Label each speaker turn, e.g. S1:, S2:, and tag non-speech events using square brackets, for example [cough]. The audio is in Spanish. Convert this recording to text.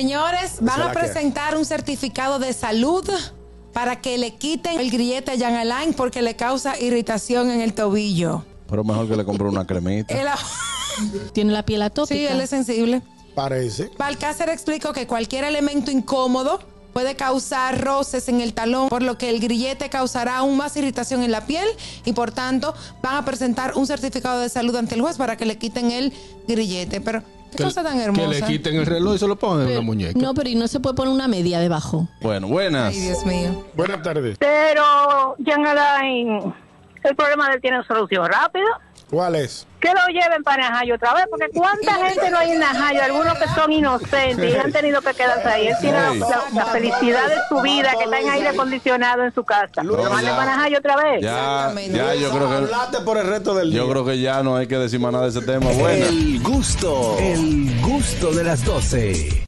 S1: Señores, van
S2: Esa
S1: a
S2: es la que es.
S1: presentar un certificado de salud para que le quiten el grillete a Jan Alain porque le causa irritación en el tobillo.
S3: Pero mejor que le compre
S1: [laughs]
S3: una cremita.
S4: [laughs]
S1: Él-
S5: Tiene la piel atópica.
S1: sí, él es sensible.
S2: Parece.
S1: Balcácer explicó que cualquier elemento incómodo puede causar roces en el talón, por lo que el grillete causará aún más irritación en la piel y por tanto van a presentar un certificado de salud ante el juez para que le quiten el grillete. Pero qué cosa tan hermosa.
S4: Que le quiten el reloj y se lo ponen en la muñeca.
S5: No, pero y no se puede poner una media debajo.
S3: Bueno, buenas.
S1: Ay, Dios mío.
S2: Buenas tardes.
S6: Pero, Jan Alain, el problema de él tiene solución rápido.
S2: ¿Cuál es?
S6: Que lo lleven para Najayo otra vez, porque cuánta gente no hay en Najayo, algunos que son inocentes y han tenido que quedarse ahí. Él tiene la, la- la felicidad de su vida, que está en aire acondicionado en su casa.
S2: No,
S6: Lo manden
S3: ya.
S6: para Najayo otra vez.
S3: Ya,
S1: Exactamente.
S3: ya yo creo que
S2: Hablate por el resto del día.
S3: yo creo que ya no hay que decir más nada de ese tema. Buenas.
S7: El gusto, el gusto de las 12.